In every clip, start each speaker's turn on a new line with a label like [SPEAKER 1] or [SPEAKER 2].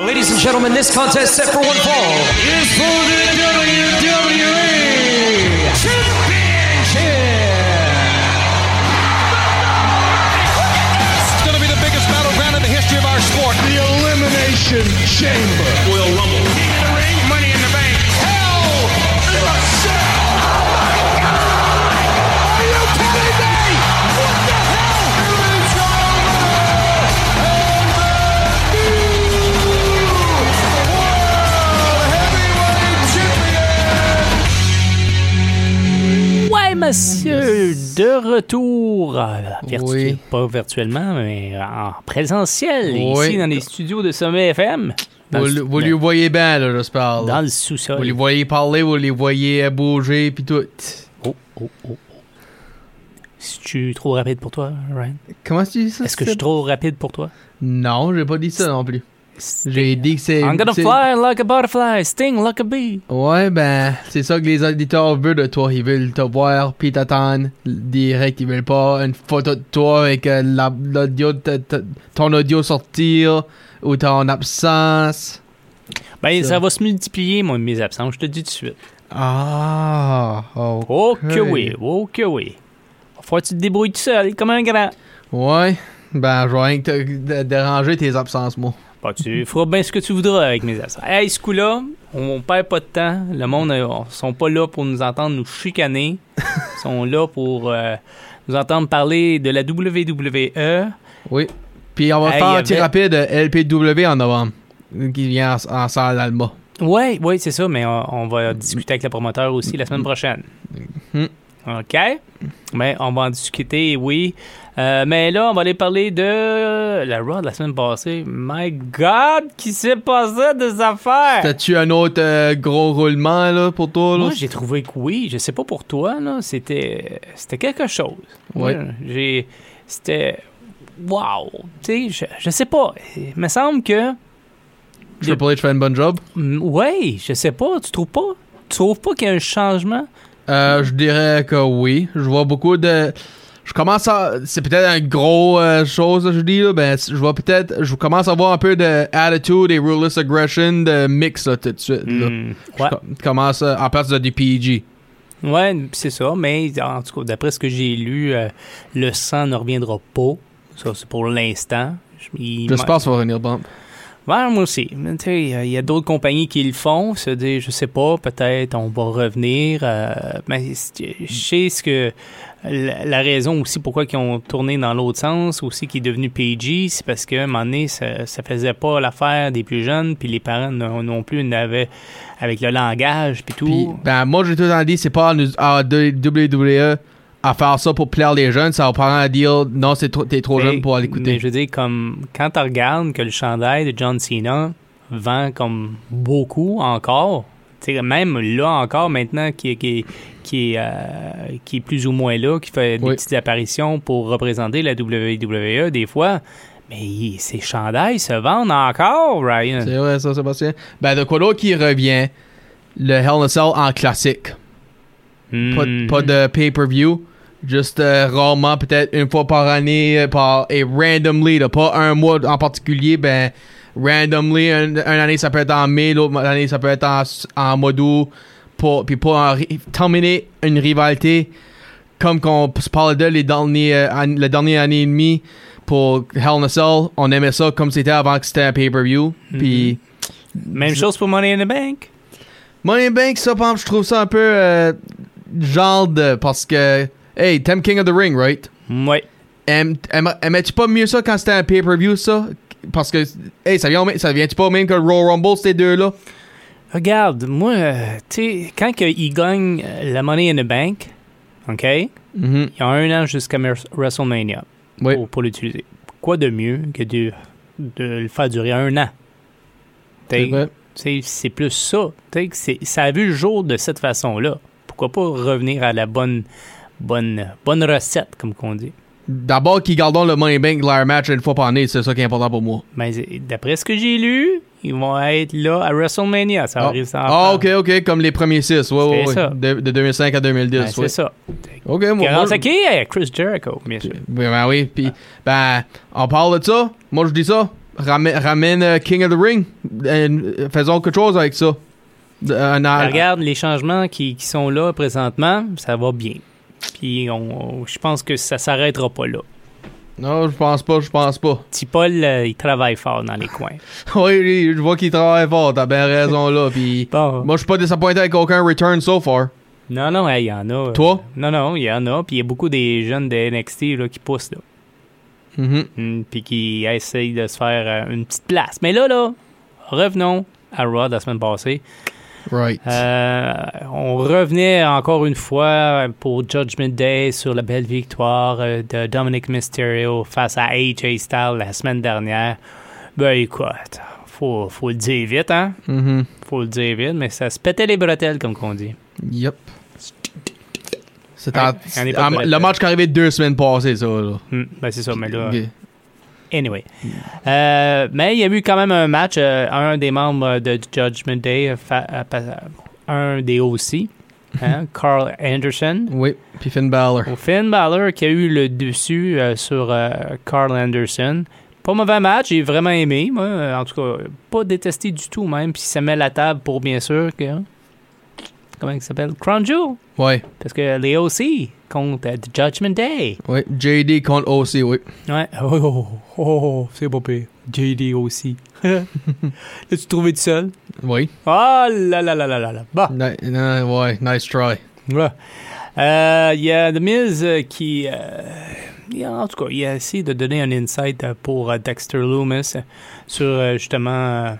[SPEAKER 1] and gentlemen, this contest set for one fall.
[SPEAKER 2] is for the WWE Championship. It's going to be the biggest battleground in the history of our sport. The Elimination Chamber. Royal Rumble. King of the Ring, Money in the Bank. Hell in a Cell. Oh my God! Are you kidding me? What the hell? It's
[SPEAKER 3] Ouais, monsieur, de retour. euh, virtu-
[SPEAKER 4] Oui.
[SPEAKER 3] Pas virtuellement, mais en présentiel,
[SPEAKER 4] Oui.
[SPEAKER 3] ici dans les studios de Sommet FM. Dans,
[SPEAKER 4] Vous,
[SPEAKER 3] le,
[SPEAKER 4] le- vous
[SPEAKER 3] dans-
[SPEAKER 4] les voyez bien, là, je parle.
[SPEAKER 3] dans le
[SPEAKER 4] Vous les
[SPEAKER 3] sous-sol.
[SPEAKER 4] voyez parler, vous les voyez euh, bouger, puis tout.
[SPEAKER 3] Oh, oh, oh, oh. Si tu es trop rapide pour toi, Ryan?
[SPEAKER 4] Comment tu dis ça?
[SPEAKER 3] Est-ce que je suis
[SPEAKER 4] Seb?
[SPEAKER 3] trop rapide pour toi?
[SPEAKER 4] Non, j'ai pas dit ça non plus. J'ai
[SPEAKER 3] Ben,
[SPEAKER 4] dit que c'est...
[SPEAKER 3] I'm gonna
[SPEAKER 4] c'est-
[SPEAKER 3] fly like a butterfly, sting like a bee.
[SPEAKER 4] Ouais, ben, c'est ça que les auditeurs veulent de toi. Ils veulent te voir, puis t'attendre direct. Ils veulent pas une photo de toi avec euh, la- l'audio, de ta- ta- ton audio sortir ou ton absence.
[SPEAKER 3] Ben, ça,
[SPEAKER 4] Ça.
[SPEAKER 3] va se multiplier, moi, mes absences, je te dis tout de suite.
[SPEAKER 4] Ah, oh.
[SPEAKER 3] Oh que oui, oh que oui. Faut que tu te débrouilles tout seul, comme un grand.
[SPEAKER 4] Ouais, ben, je vais rien que te dé- déranger tes absences, moi.
[SPEAKER 3] Bah, tu feras bien ce que tu voudras avec mes absences. Hey, ce coup-là, on perd pas de temps. Le monde euh, sont pas là pour nous entendre nous chicaner. Ils sont là pour euh, nous entendre parler de la E. WWE.
[SPEAKER 4] Oui. Puis on va
[SPEAKER 3] Hey,
[SPEAKER 4] faire
[SPEAKER 3] y
[SPEAKER 4] un petit
[SPEAKER 3] avait-
[SPEAKER 4] rapide euh, LPW en novembre, euh, qui vient en, en salle d'Alma.
[SPEAKER 3] Oui, oui, c'est ça, mais euh, on va discuter avec le promoteur aussi la semaine prochaine.
[SPEAKER 4] Mhm.
[SPEAKER 3] OK? Mais on va en discuter, oui. Euh, mais là, on va aller parler de la Raw de la semaine passée. My God, qui s'est passé des affaires?
[SPEAKER 4] T'as-tu un autre euh, gros roulement, là, pour toi, là?
[SPEAKER 3] Moi, j'ai trouvé que oui. Je sais pas pour toi, là. C'était, c'était quelque chose.
[SPEAKER 4] Ouais.
[SPEAKER 3] Moi, J'ai, c'était, wow. Tu sais, je, je sais pas. Il me semble que,
[SPEAKER 4] Triple H fait une bonne job.
[SPEAKER 3] Mm, ouais, je sais pas. Tu trouves pas? Tu trouves pas qu'il y a un changement?
[SPEAKER 4] Euh, je dirais que oui. Je vois beaucoup de. Je commence à. C'est peut-être un gros euh, chose, là, je dis, là. Ben, je vois peut-être. Je commence à voir un peu de attitude et ruthless aggression de mix, là, tout de suite, là.
[SPEAKER 3] Mm,
[SPEAKER 4] Je
[SPEAKER 3] Ouais.
[SPEAKER 4] com- commence à- en place de E du PG.
[SPEAKER 3] Ouais, c'est ça. Mais en tout cas, d'après ce que j'ai lu, euh, le sang ne reviendra pas. Ça, c'est pour l'instant. Je- il-
[SPEAKER 4] J'espère que ça va revenir bon.
[SPEAKER 3] Ouais, moi aussi. Mais tu sais, Il y a- il y a d'autres compagnies qui le font. Se dire, je sais pas, peut-être on va revenir. euh, mais c'est- je sais ce que la, la raison aussi pourquoi ils ont tourné dans l'autre sens, aussi qui est devenu PG, c'est parce qu'à un moment donné, ça, ça faisait pas l'affaire des plus jeunes, puis les parents non, non plus n'avaient avec le langage puis tout.
[SPEAKER 4] Puis, ben, moi, j'ai tout le temps dit, c'est pas à, nous- à de- WWE à faire ça pour plaire les jeunes. Ça va pas à dire, non, c'est trop- t'es trop
[SPEAKER 3] Mais-
[SPEAKER 4] jeune pour
[SPEAKER 3] Ben, Mais
[SPEAKER 4] l'écouter.
[SPEAKER 3] je veux dire, comme quand tu regardes que le chandail de John Cena vend comme beaucoup encore, tu sais, même là encore maintenant qui est, qui est, qui est, euh, qui est plus ou moins là, qui fait des
[SPEAKER 4] Oui.
[SPEAKER 3] petites apparitions pour représenter la WWE des fois, mais il- ces chandails se vendent encore, Ryan.
[SPEAKER 4] C'est vrai, ça, Sébastien. Ben, de quoi d'autre qui revient, le Hell in a Cell en classique. Pas,
[SPEAKER 3] Hmm.
[SPEAKER 4] pas de pay-per-view. Juste euh, rarement, peut-être une fois par année, euh, par, et randomly, là, pas un mois en particulier, ben randomly, un- une année ça peut être en mai, l'autre année ça peut être en, en mois d'août, pour- puis pour en ri- terminer une rivalité comme qu'on se parle de les derniers, euh, an- la dernière année et demie pour Hell in a Cell, on aimait ça comme c'était avant que c'était un pay-per-view, puis
[SPEAKER 3] Même chose pour Money in the Bank.
[SPEAKER 4] Money in the Bank, ça, par exemple, je trouve ça un peu euh, genre de. Parce que. Hey, t'aimes King of the Ring, right?
[SPEAKER 3] Ouais.
[SPEAKER 4] Aimes- aimes- Aimais-tu pas mieux ça quand c'était un pay-per-view, ça? Parce que. Hey, ça vient, au même- ça vient-tu pas au même que le Royal Rumble, ces deux-là?
[SPEAKER 3] Regarde, moi, euh, tu sais, quand que il gagne euh, la Money in the Bank, OK?
[SPEAKER 4] Mhm.
[SPEAKER 3] Il y a un an jusqu'à Mer- WrestleMania
[SPEAKER 4] Oui.
[SPEAKER 3] pour, pour l'utiliser. Quoi de mieux que de, de le faire durer un an? T'sais,
[SPEAKER 4] C'est vrai.
[SPEAKER 3] t'sais, C'est plus ça. T'sais, que c'est- Ça a vu le jour de cette façon-là. Pourquoi pas revenir à la bonne, bonne, bonne recette, comme qu'on dit?
[SPEAKER 4] D'abord, qu'ils gardent le Money in the Bank de leur match une fois par année, c'est ça qui est important pour moi.
[SPEAKER 3] Mais c'est- d'après ce que j'ai lu, ils vont être là à WrestleMania. Ça
[SPEAKER 4] Ah.
[SPEAKER 3] arrive sans
[SPEAKER 4] Ah,
[SPEAKER 3] faire.
[SPEAKER 4] ok, ok, comme les premiers six, ouais, ouais,
[SPEAKER 3] C'est
[SPEAKER 4] ouais.
[SPEAKER 3] ça.
[SPEAKER 4] De, de 2005 à 2010,
[SPEAKER 3] Ben,
[SPEAKER 4] ouais.
[SPEAKER 3] c'est ça.
[SPEAKER 4] Ok, moi. moi,
[SPEAKER 3] Grâce
[SPEAKER 4] je-
[SPEAKER 3] à qui? À Chris Jericho, bien sûr.
[SPEAKER 4] Ben, ben oui, puis ben, on parle de ça. Moi, je dis ça. Ramène, ramène, euh, King of the Ring. Euh, faisons quelque chose avec ça. De- euh, un an-
[SPEAKER 3] Ben, Regarde les changements qui, qui sont là présentement, ça va bien. Puis on, on- je pense que ça s'arrêtera pas là.
[SPEAKER 4] Non, je pense pas, je pense pas.
[SPEAKER 3] Petit Paul, euh, il travaille fort dans les coins.
[SPEAKER 4] Oui, oui, je vois qu'il travaille fort, t'as bien raison là. Puis
[SPEAKER 3] Bon.
[SPEAKER 4] moi, je suis pas désappointé avec aucun return so far.
[SPEAKER 3] Non, non, hey, il y en a. euh,
[SPEAKER 4] Toi?
[SPEAKER 3] Non, non, il y en a. Puis il y a beaucoup des jeunes de NXT là, qui poussent, là.
[SPEAKER 4] Mhm.
[SPEAKER 3] Hmm, puis qui essayent de se faire euh, une petite place. Mais là, là, revenons à Raw de la semaine passée.
[SPEAKER 4] Right.
[SPEAKER 3] Euh, on revenait encore une fois pour Judgment Day sur la belle victoire euh, de Dominic Mysterio face à AJ Styles la semaine dernière. Ben écoute, faut, faut le dire vite, hein?
[SPEAKER 4] Mhm.
[SPEAKER 3] Faut le dire vite, mais ça se pétait les bretelles, comme qu'on dit.
[SPEAKER 4] Yep. C'est
[SPEAKER 3] Ouais,
[SPEAKER 4] en-
[SPEAKER 3] on est pas
[SPEAKER 4] en-
[SPEAKER 3] prêt.
[SPEAKER 4] le match qui est arrivé deux semaines passées, ça. Là.
[SPEAKER 3] Hmm, ben c'est ça, mais là...
[SPEAKER 4] Ok.
[SPEAKER 3] Anyway. Euh, mais il y a eu quand même un match. euh, un des membres de Judgment Day, euh, fa- euh, pa- euh, un des aussi, hein, Carl Anderson.
[SPEAKER 4] Oui, puis Finn Balor.
[SPEAKER 3] Au Finn Balor qui a eu le dessus euh, sur euh, Carl Anderson. Pas mauvais match, j'ai vraiment aimé. Moi, Euh, en tout cas, pas détesté du tout même. Puis ça met la table pour bien sûr que. hein, Comment il s'appelle Crown Jewel.
[SPEAKER 4] Ouais,
[SPEAKER 3] Parce que les OC contre euh, Judgment Day.
[SPEAKER 4] ouais. JD contre OC, oui.
[SPEAKER 3] Ouais. Oh, oh, oh, oh, c'est pas pire. JD aussi. L'as-tu trouvé tout seul?
[SPEAKER 4] Oui.
[SPEAKER 3] Ah là là là là là là. Bah.
[SPEAKER 4] Ni- non, ouais, nice try.
[SPEAKER 3] Ouais. Euh, Il y a The Miz euh, qui. euh, il a- en tout cas, il a essayé de donner un insight euh, pour euh, Dexter Loomis euh, sur euh, justement. euh,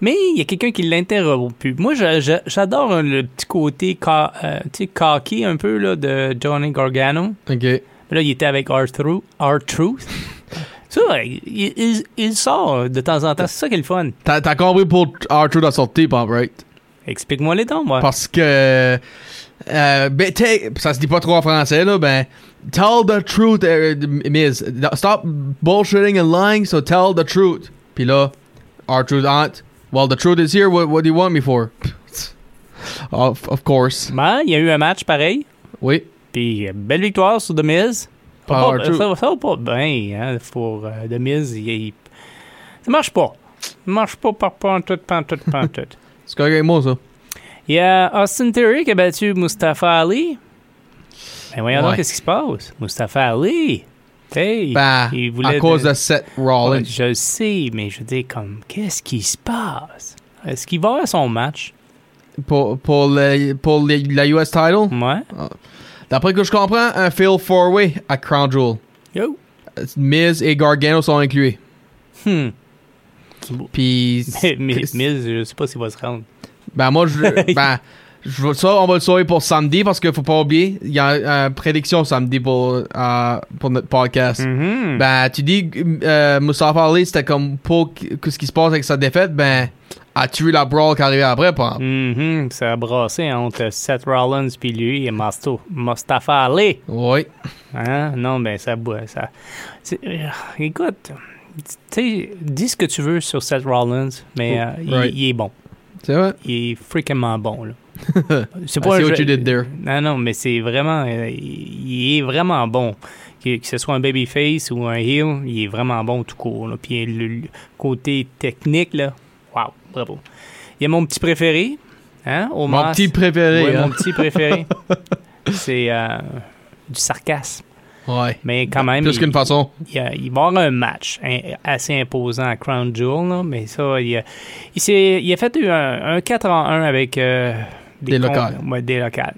[SPEAKER 3] mais il y a quelqu'un qui l'interrompt plus. Moi, je- je- j'adore euh, le petit côté ca- euh, tu sais, cocky un peu là, de Johnny Gargano.
[SPEAKER 4] Ok.
[SPEAKER 3] Là, il était avec R-Truth. Ça, il, il- il sort de temps en temps. C'est ça qui est le fun.
[SPEAKER 4] T'as t'as compris pour Arthur de la sortie, Pop, right?
[SPEAKER 3] Explique-moi les dons, moi.
[SPEAKER 4] Parce que. Euh, ben, t'es- ça se dit pas trop en français, là, ben. Tell the truth, euh, Miz. Stop bullshitting and lying, so tell the truth. Puis là, Arthur, aunt. Well, the truth is here, what, what do you want me for? of, of course.
[SPEAKER 3] Ben, il y a eu un match pareil.
[SPEAKER 4] Oui.
[SPEAKER 3] Puis, euh, belle victoire sur The Miz. Pas-
[SPEAKER 4] Par
[SPEAKER 3] pas-
[SPEAKER 4] R-Truth.
[SPEAKER 3] ça, ça va pas bien hein, pour euh, The Miz. Il, il- ça marche pas. Ça marche pas par pantoute, pantoute, pantoute.
[SPEAKER 4] C'est correct avec moi, ça.
[SPEAKER 3] Il y a Austin Theory qui a battu Mustafa Ali. Ben voyons donc,
[SPEAKER 4] Ouais.
[SPEAKER 3] qu'est-ce qui se passe? Mustafa Ali! Hey!
[SPEAKER 4] Ben,
[SPEAKER 3] il
[SPEAKER 4] à
[SPEAKER 3] voulait
[SPEAKER 4] cause
[SPEAKER 3] de-
[SPEAKER 4] de Seth
[SPEAKER 3] Ouais,
[SPEAKER 4] Rollins.
[SPEAKER 3] je le sais, mais je dis comme, qu'est-ce qui se passe? Est-ce qu'il va avoir son match?
[SPEAKER 4] Pour, pour, le- pour les- la US title.
[SPEAKER 3] Ouais.
[SPEAKER 4] D'après que je comprends, un fail four-way à Crown Jewel.
[SPEAKER 3] Yo.
[SPEAKER 4] Miz et Gargano sont inclus.
[SPEAKER 3] Hmm.
[SPEAKER 4] Puis.
[SPEAKER 3] Mais, mais- mais je sais pas s'il va se rendre.
[SPEAKER 4] Ben, moi, je. ben, je veux- ça, on va le sauver pour samedi parce qu'il faut pas oublier, il y a une euh, prédiction samedi pour, euh, pour notre podcast.
[SPEAKER 3] Mhm.
[SPEAKER 4] Ben, tu dis, euh, Mustafa Ali, c'était comme pour qu- que ce qui se passe avec sa défaite, ben, a tué la brawl qui arrivait après, par
[SPEAKER 3] Mhm, Ça a brassé entre Seth Rollins puis lui et Masto, Mustafa Ali.
[SPEAKER 4] Oui.
[SPEAKER 3] Hein? Non, mais ça boit. Ça... c'est- euh, écoute, tu sais, dis ce que tu veux sur Seth Rollins, mais euh, il-
[SPEAKER 4] Oh, Right.
[SPEAKER 3] il, est bon.
[SPEAKER 4] C'est vrai?
[SPEAKER 3] Il est fréquemment bon. Là. c'est
[SPEAKER 4] I
[SPEAKER 3] un
[SPEAKER 4] see what
[SPEAKER 3] jeu-
[SPEAKER 4] you did there.
[SPEAKER 3] Non, non, mais c'est vraiment. euh, il il est vraiment bon. Que, que ce soit un babyface ou un heel, il est vraiment bon tout court. là. Puis le, le côté technique, là, wow, bravo. Il y a mon petit préféré, hein, Omar.
[SPEAKER 4] Mon petit préféré.
[SPEAKER 3] Ouais,
[SPEAKER 4] hein.
[SPEAKER 3] mon petit préféré. c'est euh, du sarcasme.
[SPEAKER 4] Ouais.
[SPEAKER 3] Mais quand même,
[SPEAKER 4] Plus
[SPEAKER 3] il-
[SPEAKER 4] qu'une façon.
[SPEAKER 3] il, y a- il va y avoir un match hein, assez imposant à Crown Jewel, là, mais ça, il, a- il, s'est- il a fait un, un 4 en 1 avec euh,
[SPEAKER 4] Des
[SPEAKER 3] con-
[SPEAKER 4] locales.
[SPEAKER 3] ouais, des locales.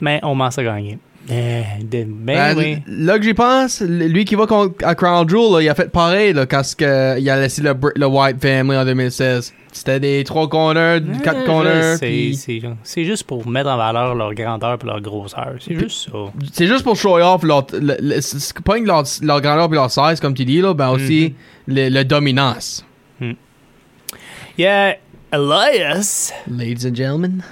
[SPEAKER 3] Mais on m'en a gagné. Euh, de- ben
[SPEAKER 4] Ben,
[SPEAKER 3] oui.
[SPEAKER 4] Là que j'y pense, l- lui qui va contre- à Crown Jewel, là, il a fait pareil là, quand ce que- il a laissé le, Br- le White Family en 2016. C'était des 3 corners,
[SPEAKER 3] Euh,
[SPEAKER 4] 4
[SPEAKER 3] je
[SPEAKER 4] corners.
[SPEAKER 3] sais,
[SPEAKER 4] puis-
[SPEAKER 3] c'est- C'est juste pour mettre en valeur leur grandeur et leur grosseur. C'est juste ça.
[SPEAKER 4] C'est juste pour show off leur, le- le- c'est- c'est pas une leur, leur grandeur et leur size, comme tu dis, là, ben aussi
[SPEAKER 3] Mhm.
[SPEAKER 4] le, le dominance.
[SPEAKER 3] Il y a Elias.
[SPEAKER 4] Ladies and gentlemen,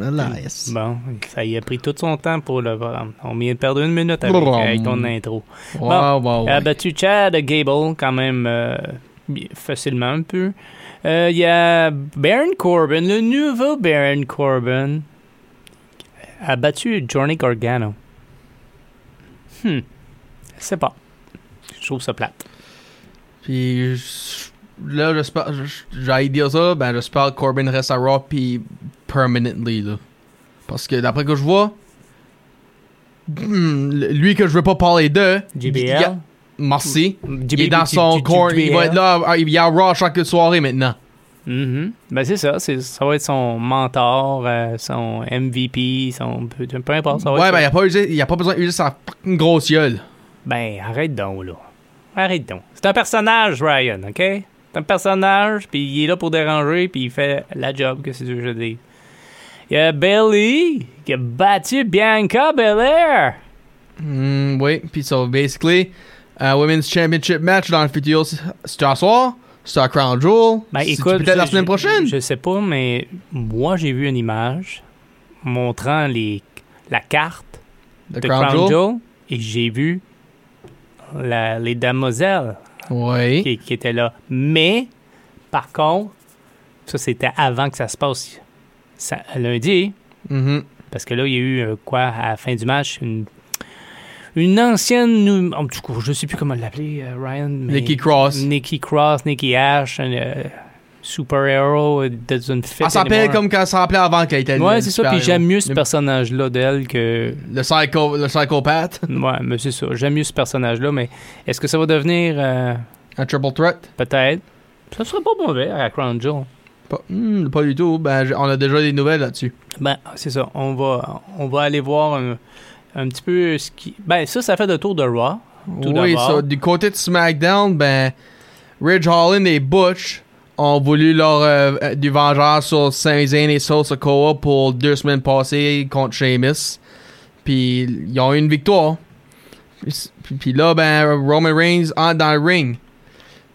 [SPEAKER 4] Elias.
[SPEAKER 3] Bon, ça y a pris tout son temps pour le prendre. On vient de perdre une minute avec, avec ton intro.
[SPEAKER 4] Wow, wow,
[SPEAKER 3] Il a
[SPEAKER 4] wow.
[SPEAKER 3] battu Chad Gable quand même euh, bi- facilement un peu. Euh, Il y a Baron Corbin, le nouveau Baron Corbin, a battu Johnny Gargano. Hmm. Je sais pas. Je trouve ça plate.
[SPEAKER 4] Puis je- là, j'espère. je- J'allais dire ça, ben j'espère que Corbin reste à Raw, puis permanently, là. Parce que d'après que je vois, hmm, lui que je veux pas parler de, il y a-
[SPEAKER 3] JBL.
[SPEAKER 4] merci. Il est
[SPEAKER 3] JBL,
[SPEAKER 4] dans son
[SPEAKER 3] JBL.
[SPEAKER 4] corner, il va être là, à- il y a Raw chaque soirée maintenant.
[SPEAKER 3] Mhm. Ben, c'est ça. c'est- ça va être son mentor, euh, son MVP, son. Peu, peu importe. Bah Ça va
[SPEAKER 4] ouais,
[SPEAKER 3] être
[SPEAKER 4] ben
[SPEAKER 3] ça.
[SPEAKER 4] il a pas usé- il a pas besoin d'user sa fucking grosse gueule.
[SPEAKER 3] Ben, arrête donc, là. Arrête donc. C'est un personnage, Ryan, OK? C'est un personnage, puis il est là pour déranger, puis il fait la job, que c'est ce que je dis. Il y a Bailey qui a battu Bianca Belair.
[SPEAKER 4] Mm, oui, puis so basically, un Women's Championship match dans le futur, c'est c'est à soir, c'est à Crown Jewel.
[SPEAKER 3] Ben,
[SPEAKER 4] c'est
[SPEAKER 3] écoute,
[SPEAKER 4] peut-être la
[SPEAKER 3] je-
[SPEAKER 4] semaine prochaine.
[SPEAKER 3] Je sais pas, mais moi, j'ai vu une image montrant les, la carte
[SPEAKER 4] The
[SPEAKER 3] de Crown, Jewel, et j'ai vu la- les damoiselles
[SPEAKER 4] Oui.
[SPEAKER 3] qui, qui étaient là. Mais, par contre, ça, c'était avant que ça se passe ça- lundi,
[SPEAKER 4] Mhm.
[SPEAKER 3] parce que là, il y a eu, euh, quoi, à la fin du match, une, une ancienne... nou- En tout cas, je sais plus comment l'appeler, euh, Ryan. mais-
[SPEAKER 4] Nikki Cross.
[SPEAKER 3] Nikki Cross, Nikki Ash, un, euh, Super Hero, euh, dans une fête.
[SPEAKER 4] Elle Ah, s'appelle comme quand elle s'appelait avant qu'elle était
[SPEAKER 3] Ouais,
[SPEAKER 4] le
[SPEAKER 3] c'est ça,
[SPEAKER 4] super-héros.
[SPEAKER 3] puis j'aime mieux ce
[SPEAKER 4] Le-
[SPEAKER 3] personnage-là d'elle que...
[SPEAKER 4] Le, psycho, le psychopathe,
[SPEAKER 3] Ouais, mais c'est ça, j'aime mieux ce personnage-là, mais est-ce que ça va devenir... euh,
[SPEAKER 4] un triple threat.
[SPEAKER 3] Peut-être. Ça serait pas mauvais à Crown Jewel.
[SPEAKER 4] Pas, hmm, pas du tout, ben, je- on a déjà des nouvelles là-dessus.
[SPEAKER 3] Ben, c'est ça. On va, on va aller voir un, un petit peu ce qui. Ben, ça, ça fait le tour de Raw. Tout
[SPEAKER 4] oui,
[SPEAKER 3] d'abord.
[SPEAKER 4] so, du côté de SmackDown, ben, Ridge Holland et Butch ont voulu leur euh, euh, du vengeance sur Sami Zayn et sur Sokoa pour deux semaines passées contre Sheamus. Puis ils ont eu une victoire. Puis s- Puis puis là, ben, Roman Reigns entre dans le ring.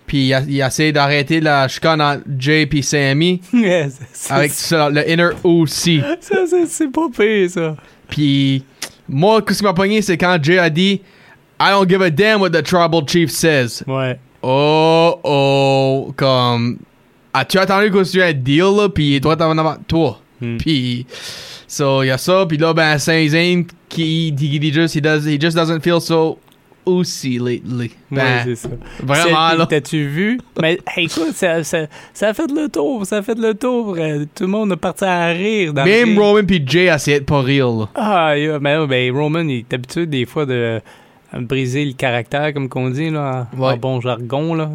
[SPEAKER 4] Puis il, a- il essaie d'arrêter la chicane entre Jay et Sammy
[SPEAKER 3] Yes, ça,
[SPEAKER 4] avec ça, le inner aussi.
[SPEAKER 3] ça, c'est- c'est pas pire, ça.
[SPEAKER 4] Puis moi, ce qui m'a pogné, c'est quand Jay a dit I don't give a damn what the tribal chief says.
[SPEAKER 3] Ouais.
[SPEAKER 4] Oh, oh, comme. As-tu attendu que tu aies un deal, là, pis toi, t'en avant toi.
[SPEAKER 3] Hmm.
[SPEAKER 4] Pis. So, y a ça, pis là, ben, Saint-Zane, qui dit qu'il just, he does, he just doesn't feel so aussi lately.
[SPEAKER 3] Ouais,
[SPEAKER 4] Ben,
[SPEAKER 3] c'est ça.
[SPEAKER 4] vraiment,
[SPEAKER 3] C'est-
[SPEAKER 4] là.
[SPEAKER 3] T'as-tu vu? Mais hey, écoute, ça, ça, ça a fait le tour, ça a fait le tour. Euh, Tout le monde est parti à rire. Dans le
[SPEAKER 4] Même
[SPEAKER 3] ring.
[SPEAKER 4] Roman pis Jay essayaient de pas rire, là.
[SPEAKER 3] Ah, yeah, ben, ouais, ben, Roman, il est habitué des fois de euh, briser le caractère, comme qu'on dit, là, en- en
[SPEAKER 4] Ouais.
[SPEAKER 3] bon jargon, là.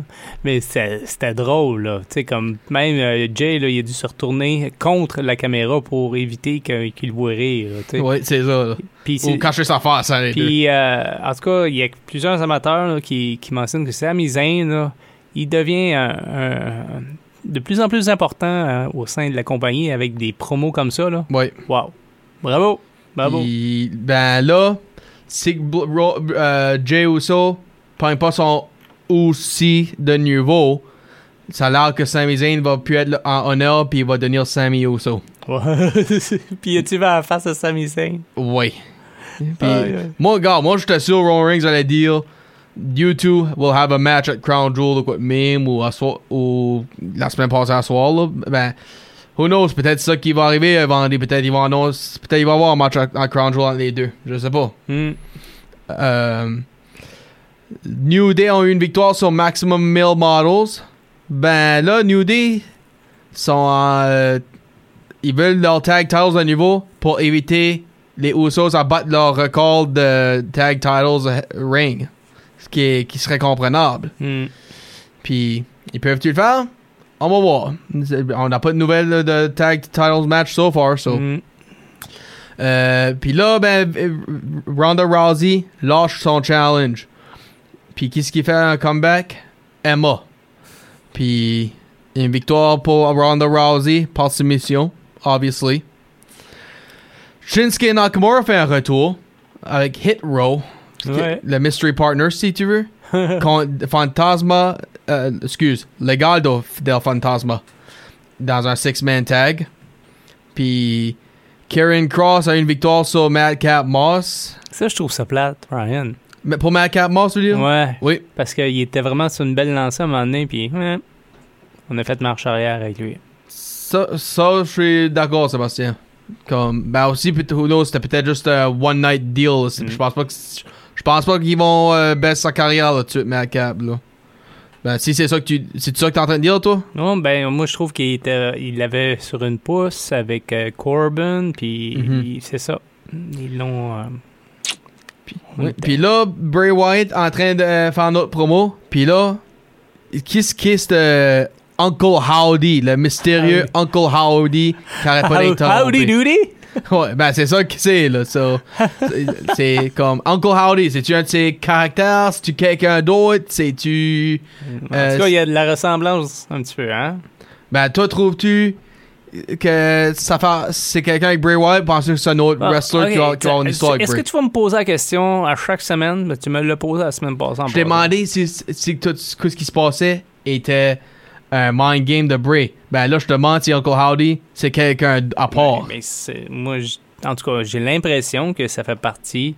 [SPEAKER 3] Mais c'est- c'était drôle, là. Tu sais, comme même euh, Jay, là, il a dû se retourner contre la caméra pour éviter que- qu'il le voit rire, là, tu sais.
[SPEAKER 4] Ouais, c'est ça, là.
[SPEAKER 3] Puis c'est-
[SPEAKER 4] Ou cacher sa face, ça, les deux.
[SPEAKER 3] puis, euh, en tout cas, il y a plusieurs amateurs là, qui, qui mentionnent que Sami Zayn, là, il devient un- un- de plus en plus important euh, au sein de la compagnie avec des promos comme ça, là.
[SPEAKER 4] Ouais.
[SPEAKER 3] Wow. Bravo. Bravo.
[SPEAKER 4] Puis, ben là, c'est que Bl- Ro- euh, Jay Uso prend pas son aussi de nouveau. Ça a l'air que Sami Zayn va plus être là en honneur puis il va devenir Sami Uso.
[SPEAKER 3] Ouais. Puis as-tu vu la face de Sami Zayn?
[SPEAKER 4] Oui. Puis,
[SPEAKER 3] Aïe, aïe.
[SPEAKER 4] moi, gars, moi, je t'assure, Roman Reigns allait dire You two will have a match at Crown Jewel ou quoi de même ou, à soir- ou la semaine passée à soir. Là. Ben, who knows, peut-être c'est ça qui va arriver euh, vendredi. Peut-être il va annoncer, peut-être il va y avoir un match à, à Crown Jewel entre les deux. Je sais pas.
[SPEAKER 3] Hmm.
[SPEAKER 4] Euh, New Day ont eu une victoire sur Maximum Mill Models. Ben là, New Day sont en, euh, ils veulent leur tag titles à nouveau pour éviter les Usos à battre leur record de tag titles euh, ring. Ce qui, est- qui serait comprenable.
[SPEAKER 3] Hmm.
[SPEAKER 4] Puis, ils peuvent-tu le faire? On va voir. C'est- On n'a pas de nouvelles là, de tag titles match so far, so.
[SPEAKER 3] Hmm.
[SPEAKER 4] Euh, Puis là, ben, euh, Ronda Rousey lâche son challenge. Puis qu'est-ce qui fait un comeback? Emma. Puis une victoire pour Ronda Rousey par soumission, obviously. Shinsuke Nakamura fait un retour avec Hit Row,
[SPEAKER 3] Ouais.
[SPEAKER 4] le mystery partner, si tu veux, contre Fantasma, euh, excuse, Legado del Fantasma, dans un six-man tag. Puis Karen Cross a une victoire sur Madcap Moss.
[SPEAKER 3] Ça, je trouve ça plate, Ryan.
[SPEAKER 4] Mais pour Madcap Moss, tu veux dire?
[SPEAKER 3] Ouais.
[SPEAKER 4] Oui.
[SPEAKER 3] Parce qu'il était vraiment sur une belle lancée à un moment donné, puis ouais, on a fait marche arrière avec lui.
[SPEAKER 4] Ça, ça, je suis d'accord, Sébastien. Comme, ben aussi, peut- who knows, c'était peut-être juste un one night deal. là. C'est-
[SPEAKER 3] Mm.
[SPEAKER 4] Je pense pas que, je pense pas qu'ils vont euh, baisser sa carrière là, tout de suite, Madcap là. Ben, si c'est ça que tu c'est ça que t'es en train de dire, toi?
[SPEAKER 3] Non, ben moi je trouve qu'il était, il l'avait sur une pouce avec euh, Corbin, puis
[SPEAKER 4] Mhm.
[SPEAKER 3] il- c'est ça. Ils l'ont. euh, on
[SPEAKER 4] Oui.
[SPEAKER 3] était-
[SPEAKER 4] Puis là, Bray Wyatt en train de euh, faire notre promo. Puis là, kiss kiss de euh, Uncle Howdy, le mystérieux Uncle Howdy qui arrête pas
[SPEAKER 3] Ah How-
[SPEAKER 4] d'interrompre.
[SPEAKER 3] howdy doody!
[SPEAKER 4] Ouais, ben c'est ça que c'est, là. so. C'est- c'est comme Uncle Howdy, c'est-tu un de ses caractères? C'est-tu quelqu'un d'autre? C'est-tu.
[SPEAKER 3] En
[SPEAKER 4] Euh,
[SPEAKER 3] tout cas, il y a de la ressemblance un petit peu, hein?
[SPEAKER 4] Ben, toi, trouves-tu que ça fait... c'est quelqu'un avec Bray Wyatt? Penses-tu que c'est un autre
[SPEAKER 3] Ah,
[SPEAKER 4] wrestler qui
[SPEAKER 3] ok,
[SPEAKER 4] va qui va avoir une
[SPEAKER 3] tu-
[SPEAKER 4] histoire avec
[SPEAKER 3] Est-ce
[SPEAKER 4] Bray?
[SPEAKER 3] que tu vas me poser la question à chaque semaine? Ben, tu me l'as posé la semaine passée. en
[SPEAKER 4] Je t'ai
[SPEAKER 3] passant.
[SPEAKER 4] demandé si, si tout ce qui se passait était un mind game de Bray. Ben là, je te demande si Uncle Howdy, c'est quelqu'un à part.
[SPEAKER 3] Mais c'est- moi, j- en tout cas, j'ai l'impression que ça fait partie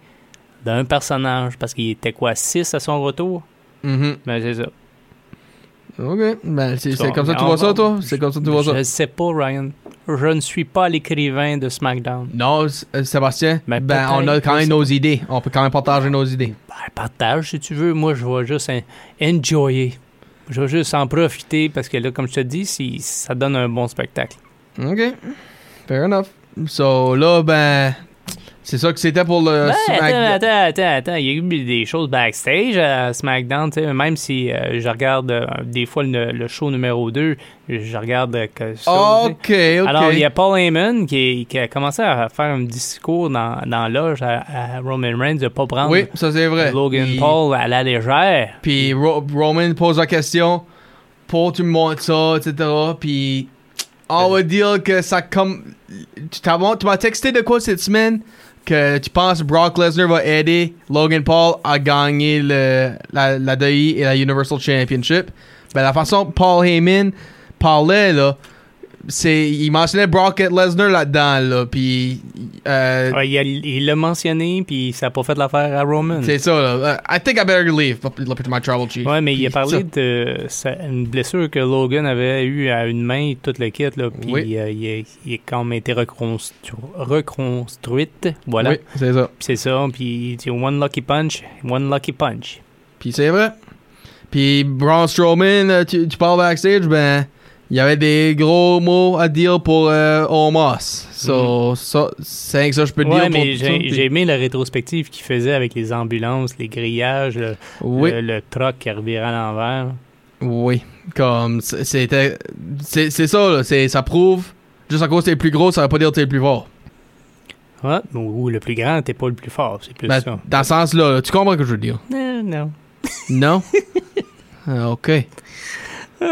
[SPEAKER 3] d'un personnage parce qu'il était quoi, 6 à son retour?
[SPEAKER 4] Mhm.
[SPEAKER 3] Ben, c'est ça.
[SPEAKER 4] Ok. Ben, c'est c'est
[SPEAKER 3] vois,
[SPEAKER 4] comme ça que tu
[SPEAKER 3] on
[SPEAKER 4] vois
[SPEAKER 3] va-
[SPEAKER 4] ça, toi? C'est comme ça que tu vois
[SPEAKER 3] Je
[SPEAKER 4] ça?
[SPEAKER 3] ne sais pas, Ryan. Je ne suis pas l'écrivain de SmackDown.
[SPEAKER 4] Non, S- euh, Sébastien,
[SPEAKER 3] Ben,
[SPEAKER 4] ben, on a
[SPEAKER 3] peut-être,
[SPEAKER 4] quand
[SPEAKER 3] je
[SPEAKER 4] même
[SPEAKER 3] sais
[SPEAKER 4] nos idées. On peut quand même partager nos idées.
[SPEAKER 3] Ben, partage si tu veux. Moi, je vais juste en- enjoyer. Je vais juste en profiter parce que là, comme je te dis, si, ça donne un bon spectacle.
[SPEAKER 4] Ok. Fair enough. So là, ben, c'est ça que c'était pour le
[SPEAKER 3] Ben,
[SPEAKER 4] SmackDown.
[SPEAKER 3] attends, attends, attends, attends. Il y a eu des choses backstage à SmackDown. tu sais, Même si euh, je regarde euh, des fois le, le show numéro 2, je regarde euh, que ça. tu sais.
[SPEAKER 4] Ok, Ah, ok.
[SPEAKER 3] Alors, il y a Paul Heyman qui, est- qui a commencé à faire un discours dans, dans l'âge à, à Roman Reigns de pas prendre
[SPEAKER 4] Oui, ça c'est vrai.
[SPEAKER 3] Logan
[SPEAKER 4] Il- Euh,
[SPEAKER 3] Paul à la légère.
[SPEAKER 4] Puis Ro- Roman pose la question pour tu me montres ça, etc. Puis on va dire que ça comme. Tu t'as mon- tu m'as texté de quoi cette semaine que tu penses Brock Lesnar va aider Logan Paul à gagner le, la, la DI et la Universal Championship. Ben, la façon que Paul Heyman parlait, là, c'est, il mentionnait Brock Lesnar là-dedans, là, puis euh,
[SPEAKER 3] Ouais, il a- il l'a mentionné, puis ça n'a pas fait l'affaire à Roman.
[SPEAKER 4] c'est ça, là. Uh, I think I better leave. Look at my travel chief.
[SPEAKER 3] Ouais, mais il a
[SPEAKER 4] Puis ça.
[SPEAKER 3] parlé de sa- une blessure que Logan avait eue à une main, toute le kit, là, puis
[SPEAKER 4] Oui.
[SPEAKER 3] euh, il, a, il a quand même été reconstru- reconstruite. Voilà,
[SPEAKER 4] Oui, c'est ça.
[SPEAKER 3] Puis c'est ça, puis il dit One Lucky Punch, One Lucky Punch.
[SPEAKER 4] Puis c'est vrai. Puis Braun Strowman, euh, tu, tu parles backstage, ben, il y avait des gros mots à dire pour euh, Omos. So, ça, c'est rien que ça je peux
[SPEAKER 3] Mhm. Ouais,
[SPEAKER 4] dire pour
[SPEAKER 3] mais
[SPEAKER 4] tout ça,
[SPEAKER 3] j'ai
[SPEAKER 4] puis-
[SPEAKER 3] j'ai aimé la rétrospective qu'il faisait avec les ambulances, les grillages, le,
[SPEAKER 4] Oui,
[SPEAKER 3] le, le truck qui revirait à l'envers.
[SPEAKER 4] oui. Comme, c'est- c'était... C'est c'est ça, là. c'est- Ça prouve... Juste à cause que t'es le plus gros, ça veut pas dire que t'es le plus fort.
[SPEAKER 3] Ouais, ou, ou le plus grand, t'es pas le plus fort, c'est plus
[SPEAKER 4] Ben,
[SPEAKER 3] ça.
[SPEAKER 4] dans ce sens-là, là, tu comprends ce que je veux dire.
[SPEAKER 3] Non, non.
[SPEAKER 4] Non? Ah, OK.
[SPEAKER 3] Aïe, aïe,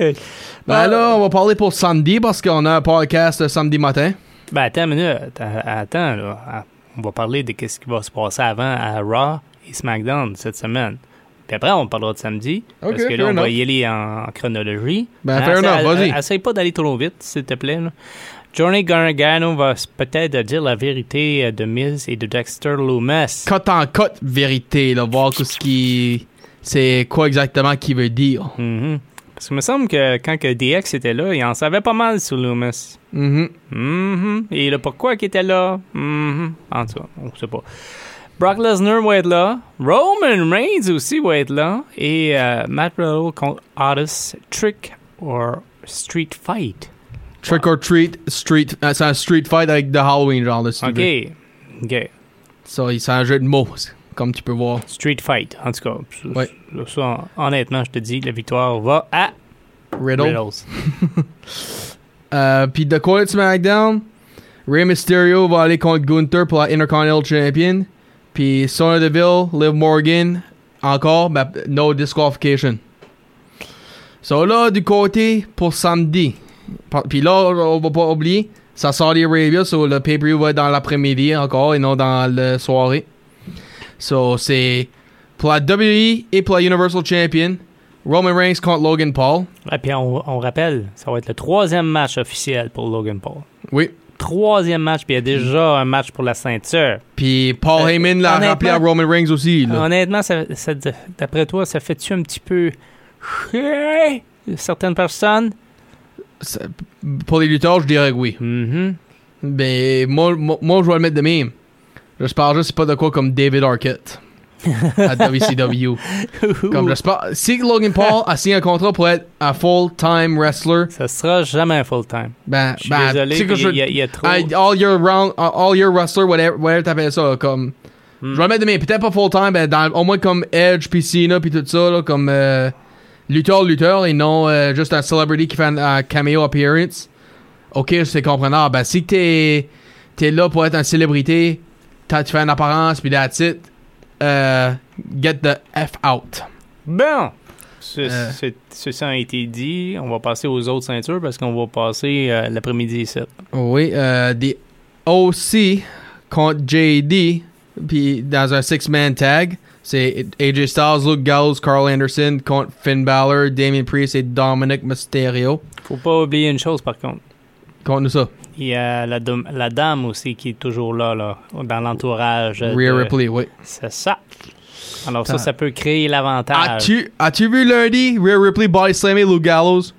[SPEAKER 3] aïe. Ah, Bah,
[SPEAKER 4] Ben là, on va parler pour samedi, parce qu'on a un podcast euh, samedi matin.
[SPEAKER 3] Ben, attends une minute. Euh, Attends, là. Ah, On va parler de quest ce qui va se passer avant à Raw et SmackDown cette semaine. Puis après, on parlera de samedi.
[SPEAKER 4] Ok,
[SPEAKER 3] parce que là,
[SPEAKER 4] fair
[SPEAKER 3] on va
[SPEAKER 4] enough.
[SPEAKER 3] y aller en, en chronologie.
[SPEAKER 4] Ben,
[SPEAKER 3] Hein,
[SPEAKER 4] fair
[SPEAKER 3] essaie-
[SPEAKER 4] enough,
[SPEAKER 3] a-
[SPEAKER 4] vas-y.
[SPEAKER 3] a- Essaye pas d'aller trop vite, s'il te plaît. là. Johnny Gargano va s- peut-être dire la vérité euh, de Miz et de Dexter Loomis.
[SPEAKER 4] cote en cote vérité, là, voir que ce qui. C'est quoi exactement qu'il veut dire.
[SPEAKER 3] Mhm. Parce que me semble que quand que DX était là, il en savait pas mal sur Loomis.
[SPEAKER 4] Mhm.
[SPEAKER 3] Mhm. Et le pourquoi qui était là. Mhm. En tout cas, on sait pas. Brock Lesnar va être là. Roman Reigns aussi va être là. Et euh, Matt Riddle contre Otis. Trick or Street Fight.
[SPEAKER 4] Trick or treat, street. euh, c'est un street fight avec The Halloween, genre, là, si tu
[SPEAKER 3] OK.
[SPEAKER 4] veux.
[SPEAKER 3] OK.
[SPEAKER 4] Ça, il- c'est un jeu de mots, comme tu peux voir.
[SPEAKER 3] Street Fight. En tout cas, ça-
[SPEAKER 4] Ouais.
[SPEAKER 3] ça, honnêtement, je te dis, la victoire va à
[SPEAKER 4] Riddle.
[SPEAKER 3] Riddles.
[SPEAKER 4] Euh, Puis de quoi de SmackDown, Rey Mysterio va aller contre Gunther pour la Intercontinental Champion. Puis Sonya Deville, Liv Morgan, encore, ben, no disqualification. So là, du côté pour samedi. Par- Puis là, on va pas oublier, ça sort des Arabia, so le pay-per-view va être dans l'après-midi encore et non dans la soirée. So c'est pour la WWE et pour la Universal Champion, Roman Reigns contre Logan Paul.
[SPEAKER 3] Et puis, on, on rappelle, ça va être le troisième match officiel pour Logan Paul.
[SPEAKER 4] Oui.
[SPEAKER 3] Troisième match, puis il y a déjà un match pour la ceinture.
[SPEAKER 4] Puis Paul
[SPEAKER 3] Euh,
[SPEAKER 4] Heyman l'a
[SPEAKER 3] honnêtement-
[SPEAKER 4] rappelé à Roman Reigns aussi. Là.
[SPEAKER 3] Honnêtement, ça- ça- d'après toi, ça fait-tu un petit peu chier certaines personnes?
[SPEAKER 4] Ça- Pour les lutteurs, je dirais que oui. Ben,
[SPEAKER 3] Mhm.
[SPEAKER 4] Mais moi, moi, moi, je vais le mettre de même. J'espère juste que c'est pas de quoi comme David Arquette. à WCW. Comme le sport. Si Logan Paul a signé un contrat pour être un full-time wrestler,
[SPEAKER 3] Ça sera jamais un full-time.
[SPEAKER 4] ben,
[SPEAKER 3] Je suis
[SPEAKER 4] ben,
[SPEAKER 3] désolé,
[SPEAKER 4] tu sais que
[SPEAKER 3] il
[SPEAKER 4] je-
[SPEAKER 3] y, a- il y a trop.
[SPEAKER 4] I- all year round, uh, all year wrestler, whatever, whatever t'appelles ça, là, comme. Je vais le mettre de main, peut-être pas full time, mais dans, au moins comme Edge, puis Cena, puis tout ça, là, comme euh, lutteur, lutteur, et non euh, juste un celebrity qui fait un, un cameo appearance. Ok, c'est comprenable. Ben, si t'es es là pour être un célébrité, t'as- tu fais une apparence, puis that's it, euh, get the F out.
[SPEAKER 3] Bon! Ce-
[SPEAKER 4] Euh.
[SPEAKER 3] ce- Ceci a été dit, on va passer aux autres ceintures parce qu'on va passer euh, l'après-midi ici.
[SPEAKER 4] Oui, euh, des OC contre JD, puis dans un six-man tag, c'est AJ Styles, Luke Gallows, Carl Anderson contre Finn Balor, Damien Priest et Dominic Mysterio.
[SPEAKER 3] Faut pas oublier une chose par contre.
[SPEAKER 4] Contre nous ça.
[SPEAKER 3] Il y a la, dom- la dame aussi qui est toujours là, là dans l'entourage. de-
[SPEAKER 4] Rhea Ripley, oui.
[SPEAKER 3] C'est ça. Alors ça,
[SPEAKER 4] Attends.
[SPEAKER 3] ça peut créer l'avantage.
[SPEAKER 4] As-tu as-tu vu lundi Rhea Ripley body slammer Luke Gallows?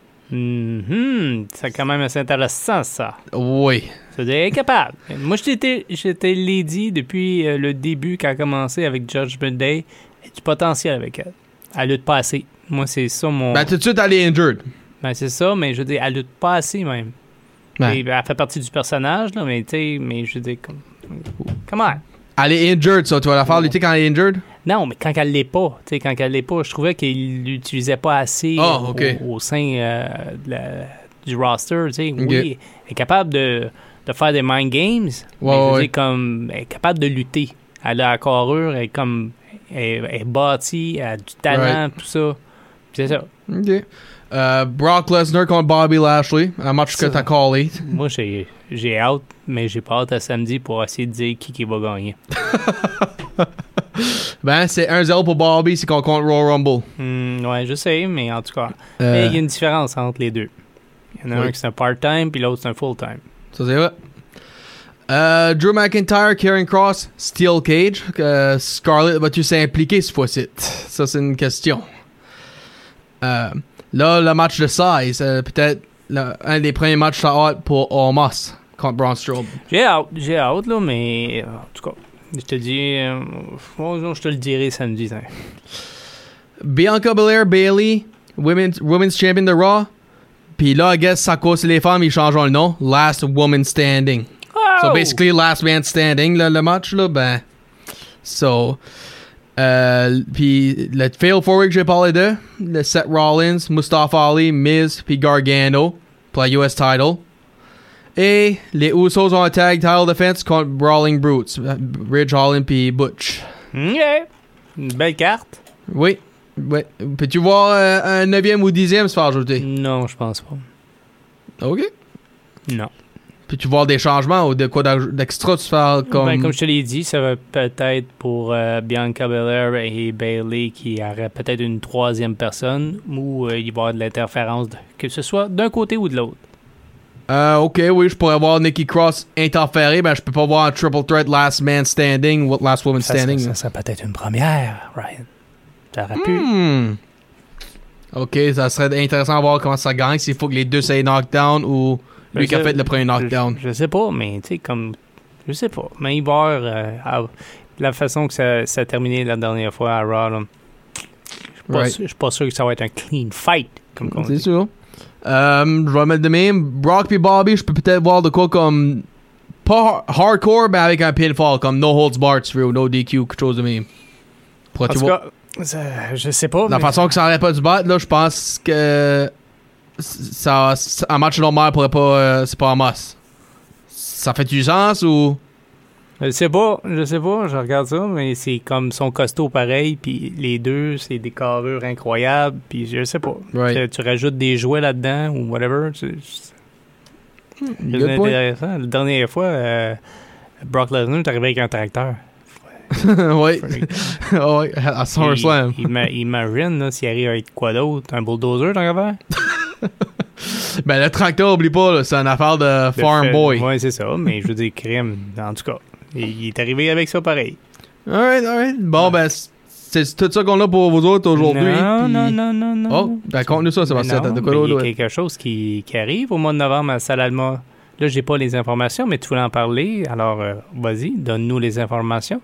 [SPEAKER 3] Mhm. C'est quand même assez intéressant ça.
[SPEAKER 4] Oui.
[SPEAKER 3] C'est-à-dire, elle est capable. Moi, j'étais j'étais lady depuis euh, le début quand elle a commencé avec Judgment Day. Il y a du potentiel avec elle. Elle lutte pas assez. Moi, c'est ça mon...
[SPEAKER 4] Ben tout de suite, elle est injured.
[SPEAKER 3] Ben, c'est ça, mais je veux dire, elle lutte pas assez même.
[SPEAKER 4] Ben,
[SPEAKER 3] Et elle fait partie du personnage, là, mais tu sais, mais je veux dire, comme. Come on!
[SPEAKER 4] Elle est injured, ça. Tu vas la faire lutter quand elle est injured?
[SPEAKER 3] Non, mais quand elle l'est pas, tu sais, quand elle l'est pas, je trouvais qu'il l'utilisait pas assez
[SPEAKER 4] Ah,
[SPEAKER 3] euh,
[SPEAKER 4] ok.
[SPEAKER 3] au, au sein euh, de la- du roster, tu sais.
[SPEAKER 4] Ok.
[SPEAKER 3] Oui, elle est capable de, de faire des mind games, mais je veux
[SPEAKER 4] ouais.
[SPEAKER 3] dire, comme, elle est capable de lutter. Elle a la carrure, elle est comme, elle, elle est bâtie, elle a du talent, tout ça. Puis C'est ça.
[SPEAKER 4] Ok. Euh, Brock Lesnar contre Bobby Lashley, un match que
[SPEAKER 3] Ça.
[SPEAKER 4] t'as callé.
[SPEAKER 3] Moi, j'ai j'ai hâte, mais j'ai pas hâte à samedi pour essayer de dire qui, qui va gagner.
[SPEAKER 4] Ben, c'est 1-0 pour Bobby, c'est qu'on compte Royal Rumble.
[SPEAKER 3] Hmm, ouais, je sais, mais en tout cas.
[SPEAKER 4] Euh,
[SPEAKER 3] Mais il y a une différence entre les deux. Il y en a
[SPEAKER 4] Oui.
[SPEAKER 3] un qui c'est un part-time, puis l'autre c'est un full-time.
[SPEAKER 4] Ça, c'est vrai. Euh, Drew McIntyre, Karen Cross, Steel Cage. Euh, Scarlett, vas-tu s'impliquer cette fois-ci? Ça, c'est une question. Euh, là, le match de size, euh, peut-être le- un des premiers matchs à hâte pour Omos contre Braun Strowman.
[SPEAKER 3] J'ai hâte, j'ai hâte, là, mais euh, en tout cas, je te dis, euh, bon, non, je te le dirai samedi. hein.
[SPEAKER 4] Bianca Belair, Bailey, Women's, Women's Champion de Raw. Puis là, I guess, à cause les femmes, ils changent le nom. Last Woman Standing. So
[SPEAKER 3] Oh!
[SPEAKER 4] basically, last man standing, là, le match, là, ben. So. Euh, puis le fail forward que j'ai parlé de, le Seth Rollins, Mustafa Ali, Miz, puis Gargano pour la US title. Et les Usos ont un tag title defense contre Brawling Brutes, euh, Ridge Holland puis Butch.
[SPEAKER 3] Ok. Une belle carte?
[SPEAKER 4] Oui, oui. Peux-tu voir euh, un 9e ou 10e se faire ajouter?
[SPEAKER 3] Non, je pense pas. Mm.
[SPEAKER 4] Ok.
[SPEAKER 3] Non.
[SPEAKER 4] Peux-tu voir des changements ou de quoi d'aj- d'extra se faire
[SPEAKER 3] Ben, Comme,
[SPEAKER 4] comme.
[SPEAKER 3] je te l'ai dit, ça va peut-être pour euh, Bianca Belair et Bailey qui auraient peut-être une troisième personne ou euh, il va y avoir de l'interférence, de- que ce soit d'un côté ou de l'autre.
[SPEAKER 4] Euh, ok, oui, je pourrais voir Nikki Cross interférer, mais je peux pas voir un triple threat last man standing ou last woman standing.
[SPEAKER 3] Ça, serait peut-être une première, Ryan. T'aurais pu.
[SPEAKER 4] Hmm. Ok, ça serait intéressant à voir comment ça gagne, s'il faut que les deux s'aient knockdown ou
[SPEAKER 3] Ben,
[SPEAKER 4] lui qui a
[SPEAKER 3] ça-
[SPEAKER 4] fait le premier knockdown.
[SPEAKER 3] Je, je sais pas, mais tu sais, comme. Je sais pas. Mais il va y avoir, euh, à- la façon que ça, ça a terminé la dernière fois à Raw, là, je suis pas
[SPEAKER 4] Right.
[SPEAKER 3] sûr- je suis pas sûr que ça va être un clean fight, comme on
[SPEAKER 4] C'est
[SPEAKER 3] dit.
[SPEAKER 4] sûr. Euh, je vais mettre de même. Brock puis Bobby, je peux peut-être voir de quoi comme. Pas har- hardcore, mais avec un pinfall, comme no holds barred through, no DQ, quelque chose de même.
[SPEAKER 3] En
[SPEAKER 4] Pourrais-tu
[SPEAKER 3] tout
[SPEAKER 4] voir-
[SPEAKER 3] cas, ça- je sais pas.
[SPEAKER 4] La
[SPEAKER 3] mais-
[SPEAKER 4] façon que ça aurait pas dû battre, là, je pense que ça, ça- un match normal pourrait pas. euh, c'est pas en masse. Ça fait du sens ou.
[SPEAKER 3] Je sais pas, je sais pas, je regarde ça, mais c'est comme son costaud pareil, puis les deux, c'est des carrures incroyables, puis je sais pas.
[SPEAKER 4] Right.
[SPEAKER 3] Tu, tu rajoutes des jouets là-dedans ou whatever. tu- C'est
[SPEAKER 4] Hmm, Good point.
[SPEAKER 3] intéressant. La dernière fois, euh, Brock Lesnar est arrivé avec un tracteur.
[SPEAKER 4] oui.
[SPEAKER 3] Fait que-
[SPEAKER 4] Ah ouais, à à SummerSlam.
[SPEAKER 3] Il, il ma- imagine là, s'il arrive avec quoi d'autre Un bulldozer, tant qu'à faire
[SPEAKER 4] Ben, le tracteur, oublie pas, là, c'est une affaire de Farm
[SPEAKER 3] Fait-
[SPEAKER 4] Boy.
[SPEAKER 3] Ouais, c'est ça, mais je veux dire, crime. En tout cas, il, il est arrivé avec ça pareil.
[SPEAKER 4] Alright, alright. Bon, ben, c'est- c'est tout ça qu'on a pour vous autres aujourd'hui.
[SPEAKER 3] Non,
[SPEAKER 4] puis-
[SPEAKER 3] non, non, non, non.
[SPEAKER 4] Oh, ben, conte-nous ça, Sébastien.
[SPEAKER 3] Mais
[SPEAKER 4] T'as
[SPEAKER 3] non,
[SPEAKER 4] de quoi
[SPEAKER 3] mais Il y
[SPEAKER 4] d'autre?
[SPEAKER 3] a quelque chose qui, qui arrive au mois de novembre à Salalma. Là, j'ai pas les informations, mais tu voulais en parler. Alors, euh, vas-y, donne-nous les informations.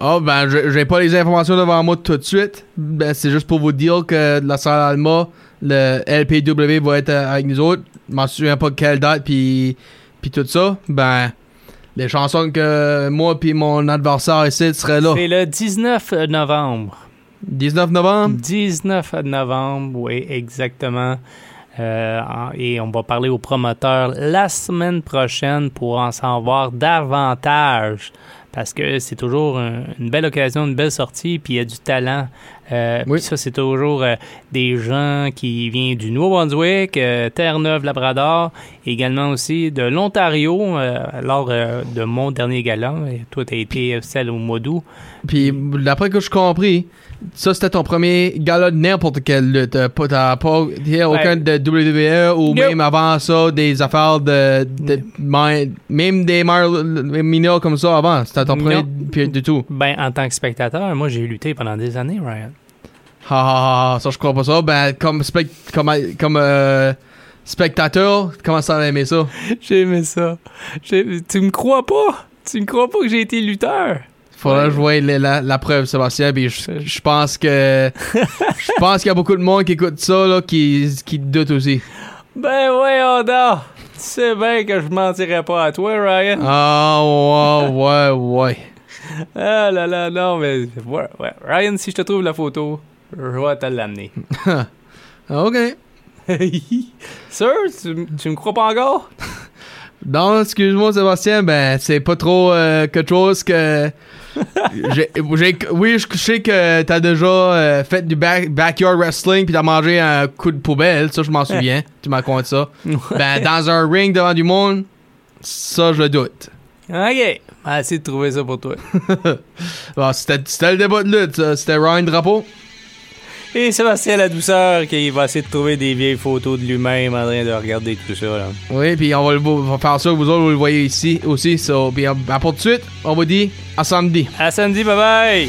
[SPEAKER 4] Oh, ben, je- j'ai pas les informations devant moi tout de suite. Ben, c'est juste pour vous dire que la salle Alma, le LPW va être euh, avec nous autres. Je m'en souviens pas de quelle date, puis puis tout ça. Ben, les chansons que moi puis mon adversaire ici seraient là.
[SPEAKER 3] C'est le 19 novembre.
[SPEAKER 4] 19 novembre.
[SPEAKER 3] 19 novembre, oui, exactement. Euh, en- et on va parler aux promoteurs la semaine prochaine pour en savoir davantage. Parce que c'est toujours un- une belle occasion, une belle sortie, puis il y a du talent. Euh,
[SPEAKER 4] Oui.
[SPEAKER 3] puis Ça, c'est toujours euh, des gens qui viennent du Nouveau-Brunswick, euh, Terre-Neuve-Labrador, également aussi de l'Ontario. euh, lors euh, de mon dernier gala, et toi, tu as été celle au mois d'août.
[SPEAKER 4] Puis d'après que je compris, ça c'était ton premier gala de n'importe quelle lutte. Euh, pas- T'as pas y a aucun de WWE ou
[SPEAKER 3] Nope.
[SPEAKER 4] même avant ça des affaires de, de- mi- même des mineurs comme ça avant. C'était ton premier
[SPEAKER 3] Nope.
[SPEAKER 4] puis du tout.
[SPEAKER 3] Ben, en tant que spectateur, moi, j'ai lutté pendant des années, Ryan.
[SPEAKER 4] Ha, ha, ha, ha, ça je crois pas ça. Ben comme spec- comme comme euh, spectateur, comment ça va aimer ça?
[SPEAKER 3] J'ai aimé ça. J'ai- Tu me crois pas? Tu me crois pas que j'ai été lutteur?
[SPEAKER 4] Faudra
[SPEAKER 3] Ouais.
[SPEAKER 4] que je voie la, la- la preuve, Sébastien. Puis je, je pense que je pense qu'il y a beaucoup de monde qui écoute ça là, qui qui doute aussi.
[SPEAKER 3] Ben voyons donc! Tu sais bien que je mentirais pas à toi, Ryan.
[SPEAKER 4] Ah, ouais, ouais, ouais.
[SPEAKER 3] Ah là là, non, mais... ouais, ouais. Ryan, si je te trouve la photo, je vais te l'amener.
[SPEAKER 4] Ok.
[SPEAKER 3] Sûr? Tu, m- tu me crois pas encore?
[SPEAKER 4] Non, excuse-moi, Sébastien, ben, c'est pas trop euh, quelque chose que. j'ai, j'ai- oui, je je sais que t'as déjà euh, fait du back- backyard wrestling puis t'as mangé un coup de poubelle, ça, je m'en souviens. tu m'as compté ça. Ben, dans un ring devant du monde, ça, je le doute.
[SPEAKER 3] Ok. Ah, essayer de trouver ça pour toi.
[SPEAKER 4] Bon, c'était, c'était le débat de lutte, ça. c'était Ryan Drapeau.
[SPEAKER 3] Et Sébastien La Douceur qui va essayer de trouver des vieilles photos de lui-même en train de regarder tout ça, là.
[SPEAKER 4] Oui, puis on va, le, vo- on va faire ça, vous autres, vous le euh, ben, voyez ici aussi. So, puis, à, à pour tout de suite, on vous dit à samedi.
[SPEAKER 3] À samedi, bye bye!